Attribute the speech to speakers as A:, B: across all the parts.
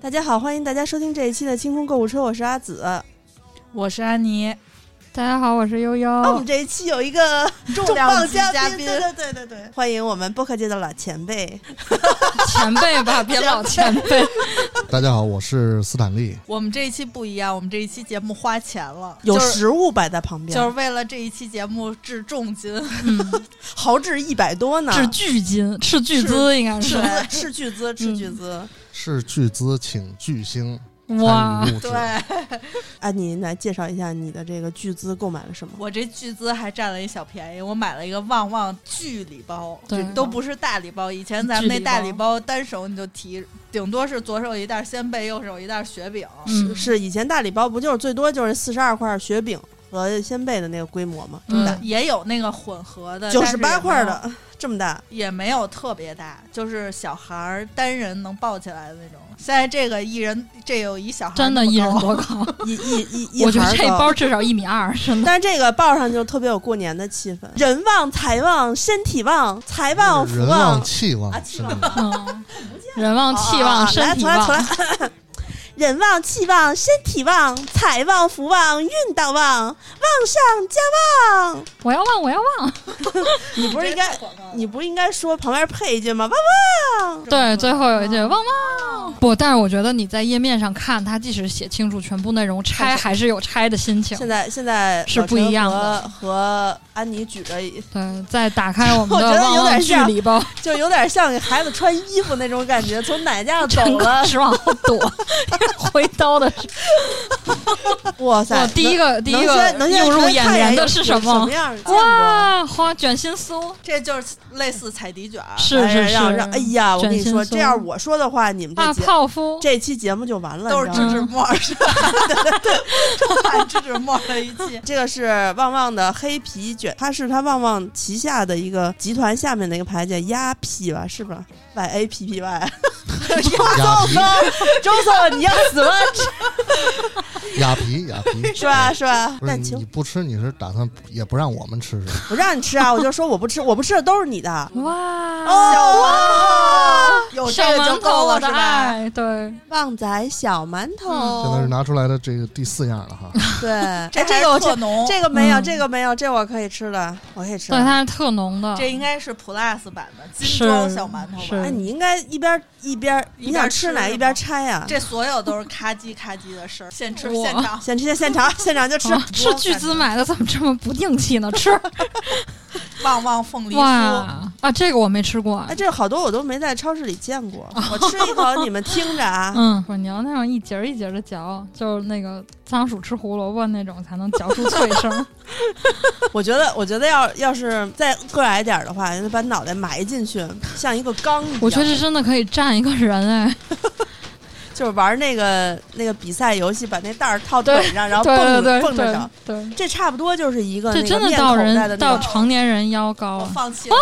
A: 大家好，欢迎大家收听这一期的清空购物车，我是阿紫。
B: 我是安妮，哦
C: 大家好，我是悠悠。
A: 哦那我们这一期有一个重磅
B: 量级
A: 嘉
B: 嘉
A: 宾，
B: 宾
A: 对对对对对，欢迎我们播客界的老前辈，
C: 前辈吧，别老前 辈。
D: 大家好，我是斯坦利。
B: 我们这一期不一样，我们这一期节目花钱了，
A: 有
B: 就是
A: 食物摆在旁边，
B: 就是为了这一期节目掷重 金，
A: 豪掷一百多呢，
C: 斥巨金，斥巨资应该
A: 斥资，斥
C: 是
A: 巨 资，斥巨资。
D: 是巨资请巨星
C: 哇
D: 参与，录制，
A: 安妮哎来介绍一下你的这个巨资购买了什么？
B: 我这巨资还占了一小便宜，我买了一个旺旺巨礼包，
C: 对
B: 就都不是大礼包。以前咱们那
C: 巨礼包
B: 大礼包单手你就提，顶多是左手一袋鲜贝，右手一袋雪饼。
C: 嗯，
A: 是以前大礼包不就是最多就是四十二块雪饼和鲜贝的那个规模吗？这么
C: 嗯
A: 大，
B: 也有那个混合的，
A: 九十八
B: 呃但是也没有
A: 块的，这么大。
B: 也没有特别大，就是小孩儿单人能抱起来的那种。现在这个一人这有一小孩儿
C: 真的，
B: 那么
C: 一人
B: 高
C: 多高？
A: 一一一一
C: 我觉
A: 盘
C: 得
A: 儿
C: 这
A: 高
C: 包至少一米二，真 的。
A: 但是这个报上就特别有过年的气氛，人旺财旺，身体旺，财旺福
D: 人
A: 旺
D: 旺，气旺
A: 啊，气
D: 是吗？
C: 嗯，人旺气
A: 啊啊啊
C: 旺，身
A: 来
C: 体
A: 重来重
C: 旺
A: 来。 人旺气旺，身体旺，财旺福旺，运道旺，旺上加旺。
C: 我要旺，我要 旺。
A: 你不是应该，你不是应该说旁边配一句吗？旺旺。
C: 对，最后有一句旺旺。不，但是我觉得你在页面上看，它即使写清楚全部内容，拆还是有拆的心情
A: 现。在现在
C: 是
A: 老
C: 不
A: 陈
C: 一样
A: 和
C: 的
A: 和安妮举着，
C: 对，再打开我们
A: 我觉
C: 的
A: 得
C: 旺
A: 有点
C: 旺距
A: 像
C: 离包，
A: 就有点像给孩子穿衣服那种感觉，从奶架上 走了。
C: 直往后躲， 挥刀的
A: 哇塞！
C: 我第一个第
A: 能
C: 一
A: 能
C: 个
A: 现在能现在
C: 映入
A: 能看
C: 帘
A: 见
C: 的
A: 有
C: 是
A: 有什
C: 什么？
A: 样？哇！
C: 哇，花卷心酥，
B: 这就是类似彩迪卷儿。
C: 是
A: 啊哎
C: 是是，
A: 让让哎呀，我跟你
C: 卷心
A: 说，
C: 酥
A: 这样我说的话，你们
C: 啊
A: 这节、
C: 泡芙，
A: 这期节目就完了，
B: 都是
A: 你知道吗
B: 芝
C: 嗯
B: 芝沫儿，是吧？ 对对对，芝芝沫儿的一 期。
A: 这个是旺旺的黑皮卷，它是它旺旺旗下的一个集团下面的一个牌子，叫鸭皮吧，是吧？Y A P P Y。
D: 雅皮，
A: 周总，你要死吗？
D: 雅皮，雅皮，
A: 是吧？？是吧？
D: 不是
A: 但
D: 你
A: 请
D: 你不吃，你是打算也不让我们吃是吧？
A: 我让你吃啊，我就说我不吃，我不吃的都是你
B: 啊
A: 的。
C: 哇，
A: 哦，
B: 有这
C: 小
B: 个就
C: 馒
B: 够
C: 头
B: 了，
C: 我
B: 是
C: 的
B: 吧？
C: 爱，对，
A: 旺仔小馒
D: 现在是
A: 头，
D: 拿出来的嗯这个第四样了哈，
A: 对，哎
B: 还
A: 这个我
B: 特
A: 这
B: 浓，
A: 这个没有，
C: 嗯
A: 这个没有，这我可以吃的，我可以吃
C: 对，
A: 的。
C: 它是特浓的，
B: 这应该是 Plus 版的金
C: 是
B: 装小馒头吧？
C: 是
A: 哎，你应该一边一边，
B: 一
A: 你
B: 边
A: 想吃哪
B: 吃
A: 一边拆呀？
B: 这所有都是咔叽咔叽的事儿，现吃
C: 哇
B: 现尝。
A: 先吃，先现场，现场就吃。
C: 啊是巨资买的，怎么这么不定 期呢？吃
B: 旺旺凤梨酥，
C: 哇啊，这个我没吃过
A: 哎，，这好多我都没在超市里见过。我吃一口，你们听着啊。
C: 哦嗯，不是你要那样一节儿一节儿的嚼，就是那个仓鼠吃胡萝卜那种，才能嚼出 脆声。
A: 我觉得，我觉得要要是再个矮点儿的话，把脑袋埋进去，像一个缸一样。
C: 我觉得这真的可以站一个人哎，
A: 就是玩那个那个比赛游戏，把那袋儿套
C: 对
A: 腿上，然后
C: 对
A: 蹦
C: 对对
A: 着蹦着
C: 对
A: 找。
C: 对。
A: 这差不多就是一个那
C: 这
A: 个
C: 真的
A: 面
C: 到
A: 口袋的哦
C: 人
A: 那
C: 到
A: 个。
C: 成年人腰高
B: 我
C: 啊！
B: 放弃了。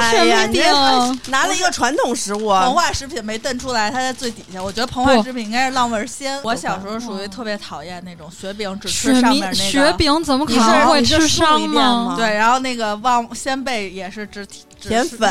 A: 哎呀，
C: 神
A: 你
C: 秘的
A: 拿了一个传统食物，
C: 啊哦
B: 膨化食品没瞪出来，它在最底下。我觉得膨化食品应该是浪味儿鲜。我小时候属于特别讨厌那种雪饼，只
C: 嗯雪
B: 吃上面
C: 米
B: 那个啊
C: 雪。饼怎么可
A: 你是
C: 能会
A: 你是数
C: 吃
A: 一
C: 伤
A: 遍吗
C: 呢？
B: 对，然后那个旺鲜贝也是只只吃
A: 甜粉，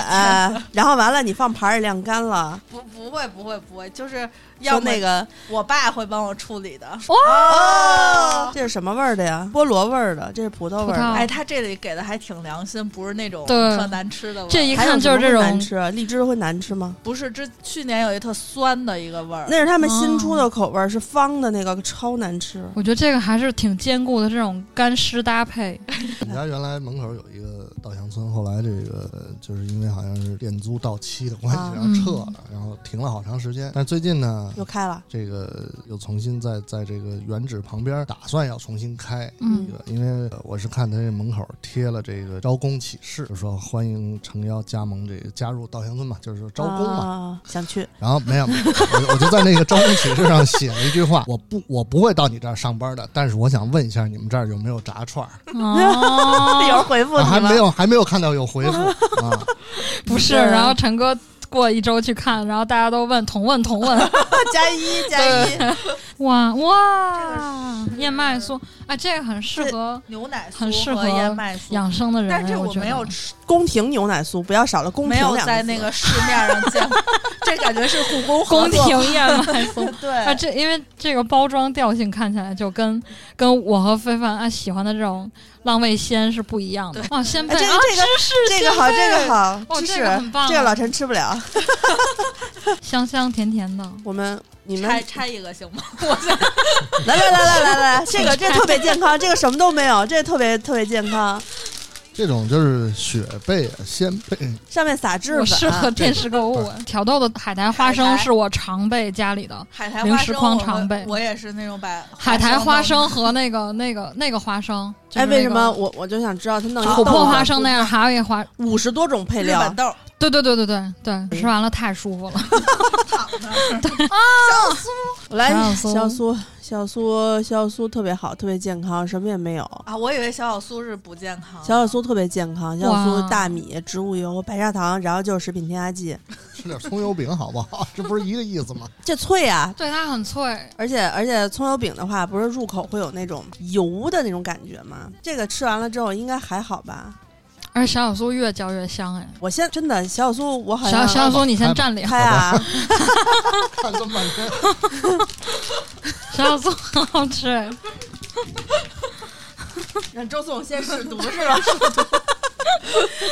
A: 然后完了你放盘儿里晾干了，
B: 不不会不会不会，就是要
A: 说
B: 么
A: 那个
B: 我爸会帮我处理的。
A: 哦，这是什么味儿的呀？菠萝味儿的，这是葡萄味儿
C: 葡
A: 的
C: 萄。
B: 哎，他这里给的还挺良心，不是那种
C: 对
B: 特难吃的味儿。
C: 这一
A: 还有
C: 看
A: 什
C: 就
A: 么
C: 是这
A: 会难
C: 种
A: 吃啊，荔枝会难吃吗？
B: 不是之去年有一特酸的一个味儿，
A: 那是他们
C: 哦
A: 新出的口味儿，是方的那个，超难吃。
C: 我觉得这个还是挺坚固的，这种干湿搭配。
D: 我们家原来门口有一个稻香村，后来这个呃就是因为好像是店租到期的关
A: 啊
D: 系，然后撤了，然后停了好长时间。但最近呢，
A: 又开了，
D: 这个又重新在在这个原址旁边打算要重新开，
C: 嗯
D: 这，个，因为呃我是看他这门口贴了这个招工启事，就说欢迎诚邀加盟这个加入稻香村嘛，就是说招工嘛。
A: 啊，想去。
D: 然后没有，没有我我就在那个招工启事上写了一句话：我不，我不会到你这儿上班的，但是我想问一下你们这儿有没有炸串儿？
A: 有人
C: 哦，
A: 回复
D: 啊、
A: 你
D: 还
A: 吗
D: 没？ 有，还没有看到有回复啊。
C: 不是。
A: 对
C: 然后陈哥过一周去看，然后大家都问同问 同问，
A: 加一加一，
C: 哇哇，燕麦酥，啊，这个很适
B: 这
C: 合
B: 牛奶
C: 很适
B: 酥
C: 合
B: 和燕麦酥，
C: 养生的人。
B: 但是这
C: 我觉得
B: 没有吃，
A: 宫廷牛奶酥，不要少了宫
B: 没
A: 廷两
B: 有
A: 个字。
B: 在那个市面上见 过，这感觉是故宫合
C: 宫
B: 作
C: 廷 燕麦酥
B: 对
C: 啊，这因为这个包装调性看起来就跟跟我和非凡啊喜欢的这种浪味仙是不一样的啊。先辈
A: 哎这
C: 啊，
A: 这个
C: 芝士
A: 这个好，这个 好，
C: 哦
A: 芝
C: 这
A: 士
C: 个很棒啊
A: 这个老陈吃不了。
C: 香香甜甜的，
A: 我们你们
B: 拆拆一个行吗？我在
A: 来来来来来来，这个这个特别健康，这个什么都没有，这个特别特别健康，
D: 这种就是雪贝、啊鲜贝，
A: 上面撒质
C: 我
A: 粉。啊
C: 适合电视购物。啊挑逗的海苔花生
B: 海苔
C: 是我常备家里的。
B: 海苔
C: 零
B: 花
C: 食
B: 生，
C: 框
B: 我
C: 常备
B: 我也是那种把
C: 海苔花
B: 弄
C: 生和那个那个那个花生，就是
A: 哎，为什
C: 那
A: 么
C: 个
A: 我我就想知道他弄
C: 琥
A: 一
C: 珀花生那样，还有一个花，
A: 五十多种配
B: 日
A: 料
B: 本，豆
C: 对对对对对
A: 嗯
C: 对，吃完了太舒服了。
B: 躺那儿，
A: 我来小
C: 小苏
A: 苏小苏小苏特别好，特别健康，什么也没有。
B: 啊，我以为小小酥是不健康，
A: 小小苏特别健康，小小
C: 哇
A: 苏大米、植物油、白砂糖，然后就是食品添加剂，
D: 吃点葱油饼好不好？这不是一个意思吗？
A: 这脆啊！
C: 对，它很脆，
A: 而且而且葱油饼的话，不是入口会有那种油的那种感觉吗？这个吃完了之后应该还好吧？
C: 而且小小酥越嚼越香哎。
A: 我现真的小小苏，我好
C: 小
A: 像
C: 小小酥，你先占领。
A: 开啊，
D: 看这么半天，
C: 小小酥 很好吃哎，
B: 让周总先试毒 是吧？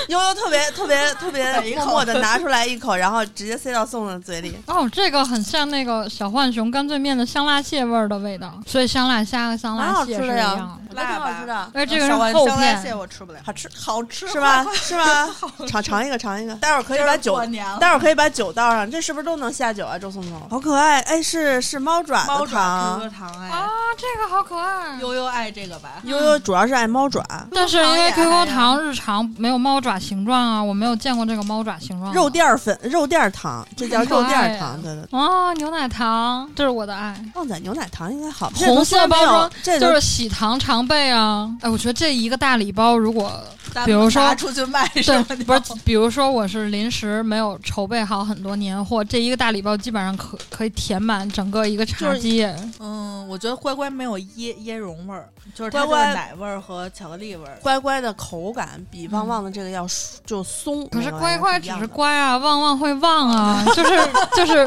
A: 悠悠特别特别特
B: 每一
A: 别
B: 口
A: 默默的拿出来一口，然后直接塞到宋的嘴里。
C: 哦，这个很像那个小浣熊干脆面的香辣蟹味儿的味道，所以香辣虾和香
A: 蛮
C: 辣
A: 好
C: 蟹
A: 吃
C: 是一
A: 啊的呀
C: 样。，
A: 我觉得挺好吃的，
C: 而这个是
B: 小浣
C: 厚
B: 香辣蟹
C: 片，
B: 我吃不了，
A: 好吃
B: 好吃
A: 是吧？？是吧？尝尝一个，尝一个。待会儿可以把
B: 这是
A: 酒
B: 过，年了，
A: 待会儿可以把酒倒上，这是不是都能下酒啊？周松松，好可爱！哎，是是猫爪的
B: 猫爪
A: 糖
B: QQ 糖哎
C: 啊，，这个好可爱。啊
B: 悠悠爱这个吧？
A: 悠悠主要是嗯爱猫爪，
C: 但是因
B: 糖
C: 为
B: 也
C: QQ
B: 爱
C: 糖日常没有猫爪形状啊，我没有见过这个猫爪形状啊的。
A: 肉垫儿粉，肉垫儿糖，这叫肉垫
C: 很可
A: 儿
C: 爱
A: 糖，对对。对
C: 啊，牛奶糖，这是我的爱。
A: 旺仔牛奶糖应该好，吧？
C: 红色包装
A: 这都
C: 就是是喜糖常备啊！哎，我觉得这一个大礼包，如果
B: 咱们
C: 比如说
B: 拿出去卖是
C: 对
B: 吧？
C: 不是，比如说我是临时没有筹备好很多年货，这一个大礼包基本上可可以填满整个一个
A: 就
C: 茶
A: 是
C: 几。
B: 嗯，我觉得乖乖没有椰椰蓉味儿，就是它
A: 乖乖
B: 就是奶味儿和巧克力味儿。
A: 乖乖的口感比旺旺的这个要舒就松。
C: 可是
A: 那个
C: 乖乖
A: 一
C: 只
A: 样
C: 是
A: 的
C: 乖啊，旺旺会旺啊， 就是就是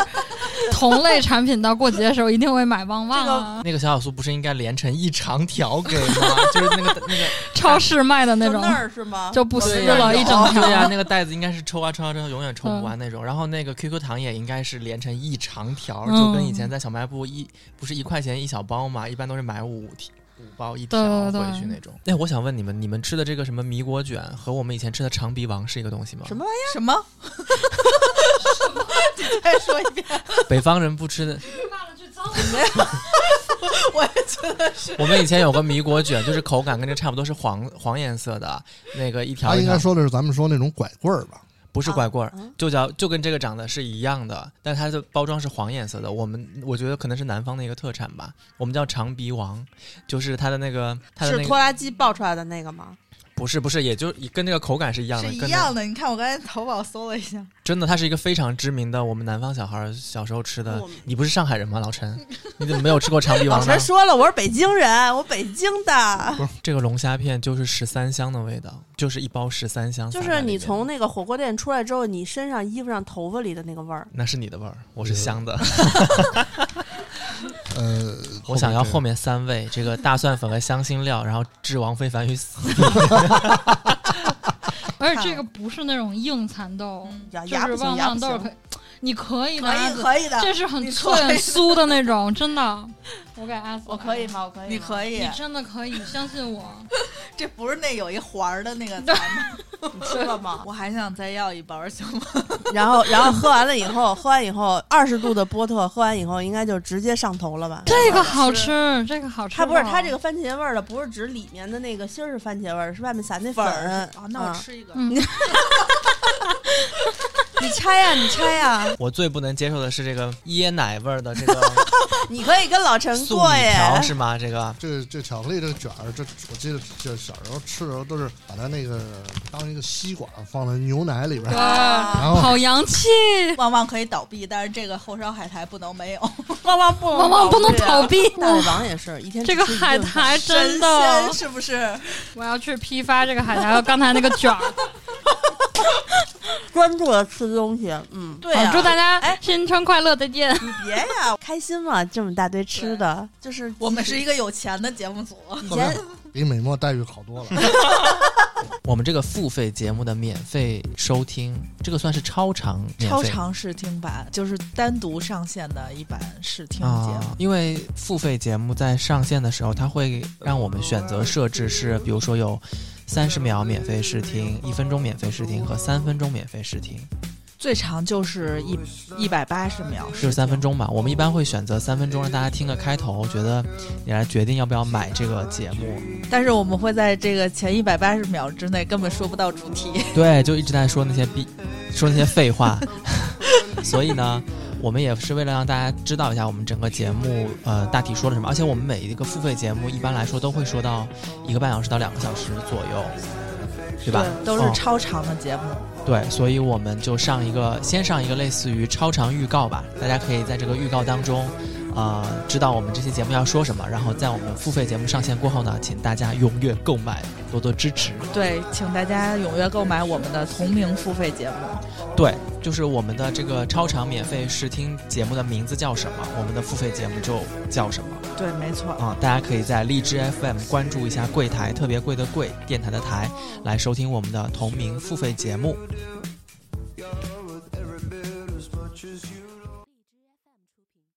C: 同类产品到过节的时候一定会买旺旺啊，
E: 那个小小酥不是应该连成一长条给 吗？就是那个那个
C: 超市卖的那
A: 就
C: 种
A: 那儿是吗？
C: 就不撕
E: 对呀
C: 了，一整条嗯
E: 对。呀、那个袋子应该是抽啊抽啊抽啊，永远抽不完那种。然后那个 QQ 糖也应该是连成一长条，
C: 嗯
E: 就跟以前在小卖部一不是一块钱一小包嘛，一般都是买五条五包一条
C: 对对对
E: 回去那种。哎，我想问你们，你们吃的这个什么米果卷和我们以前吃的长鼻王是一个东西吗？
A: 什么
B: 什么？你再说一遍，
E: 北方人不吃的，
B: 我也觉得是。
E: 我们以前有个米果卷，就是口感跟这差不多，是黄黄颜色的，那个一条
D: 他
E: 一
D: 应该
E: 条，
D: 说的是咱们说那种拐棍儿吧？
E: 不是拐棍儿
A: 啊啊，
E: 就叫就跟这个长得是一样的，但它的包装是黄颜色的。我们我觉得可能是南方的一个特产吧，我们叫长鼻王，就是它的那个它的
A: 是
E: 那
A: 拖
E: 个
A: 拉机爆出来的那个吗？
E: 不是不是，也就跟这个口感是一样的，
B: 是一
E: 啊跟
B: 样的。你看，我刚才淘宝搜了一下，
E: 它真的它是一个非常知名的，我们南方小孩儿小时候吃的
A: 我们。
E: 你不是上海人吗，老陈？你怎么没有吃过长鼻
A: 老
E: 王呢
A: 陈？说了，我是北京人，我北京 的。
E: 这个龙虾片就是十三香的味道，就是一包十三香撒
A: 就
E: 在里
A: 是
E: 面，
A: 你从那个火锅店出来之后，你身上、衣服上、头发里的那个味儿。
E: 那是你的味儿，我是香的。
D: 呃，
E: 我想要后
D: 面
E: 面三位，这个大蒜粉和香辛料，然后置王非凡于死地。
C: 而且这个不是那种硬蚕豆，
A: 牙
C: 就
A: 嗯牙
C: 是
A: 不行，
C: 旺
A: 牙
C: 旺
A: 不
C: 豆儿可
A: 行。
C: 以，你 可以的，
B: 可
C: 阿
B: 以
C: 紫
B: 可以的，
C: 这是很
B: 你
C: 脆
B: 可以
C: 很酥的那种，真的。我给阿紫，
A: 我可以，吗？我可以吗。
B: 你可以
C: 你，真的可以，相信 我。
B: 这不是那有一环儿的那个菜吗？
A: 你吃了吗？
B: 我还想再要一包，行吗？
A: 然后，然后喝完了以后，喝完以后，二十度的波特，喝完以后应该就直接上头了吧？
C: 这个好吃，这个好吃。
A: 它不是它这个，番茄味儿的，不是指里面的那个芯儿是番茄味儿，是外面撒那啊
B: 粉
A: 儿
B: 啊，那我
A: 啊
B: 吃一个。
C: 嗯，
F: 你拆呀、你拆呀、
E: 我最不能接受的是这个椰奶味儿的 这个
A: 你可以跟老陈
E: 素
A: 过
E: 米
A: 耶，
E: 条是吗？这个
D: 这这巧克力这卷儿，这我记得就小时候吃的时候都是把它那个当一个吸管放在牛奶里边儿，
A: 啊
D: 然后
C: 好洋气，
B: 旺旺可以倒闭，但是这个后烧海苔不能没 有。
A: 旺旺不能
C: 旺旺不能
A: 逃
C: 逃
A: 避。
C: 避
A: 大胃
C: 我。
A: 王也是一天
C: 这个
A: 只吃一
C: 海
A: 顿饭
C: 苔真的
B: 啊
C: 哦
B: 神仙，是不是？
C: 我要去批发这个海苔和刚才那个 卷儿。
A: 专注的吃东西，嗯，
B: 对呀、
C: 啊 好祝大家
B: 哎
C: 新春快乐，再见。
A: 你别呀，开心嘛，这么大堆吃的，就是
B: 我们是一个有钱的节目组，
A: 以前
D: 比美墨待遇好多了。
E: 我们这个付费节目的免费收听，这个算是超长免
B: 超
E: 费
B: 长试听版就是单独上线的一版试听节目。
E: 啊，因为付费节目在上线的时候，它会让我们选择设置是，比如说有三十秒免费试听、一分钟免费试听和三分钟免费试听，
B: 最长就是一一百八十秒，
E: 就是三分钟嘛。我们一般会选择三分钟，让大家听个开头，觉得你来决定要不要买这个节目。
B: 但是我们会在这个前一百八十秒之内根本说不到主题。
E: 对，就一直在说那些逼，说那些废话。 所以呢，我们也是为了让大家知道一下我们整个节目呃大体说了什么，而且我们每一个付费节目一般来说都会说到一个半小时到两个小时左右，对吧？
B: 都是
E: 嗯
B: 超长的节目。
E: 对，所以我们就上一个，先上一个类似于超长预告吧，大家可以在这个预告当中，呃，知道我们这期节目要说什么，然后在我们付费节目上线过后呢，请大家踊跃购买，多多支持。
B: 对，请大家踊跃购买我们的同名付费节目。
E: 对，就是我们的这个超长免费试听节目的名字叫什么，我们的付费节目就叫什么
B: 对，没错。
E: 啊、大家可以在荔枝 FM 关注一下柜台，特别贵的贵，电台的台，来收听我们的同名付费节目。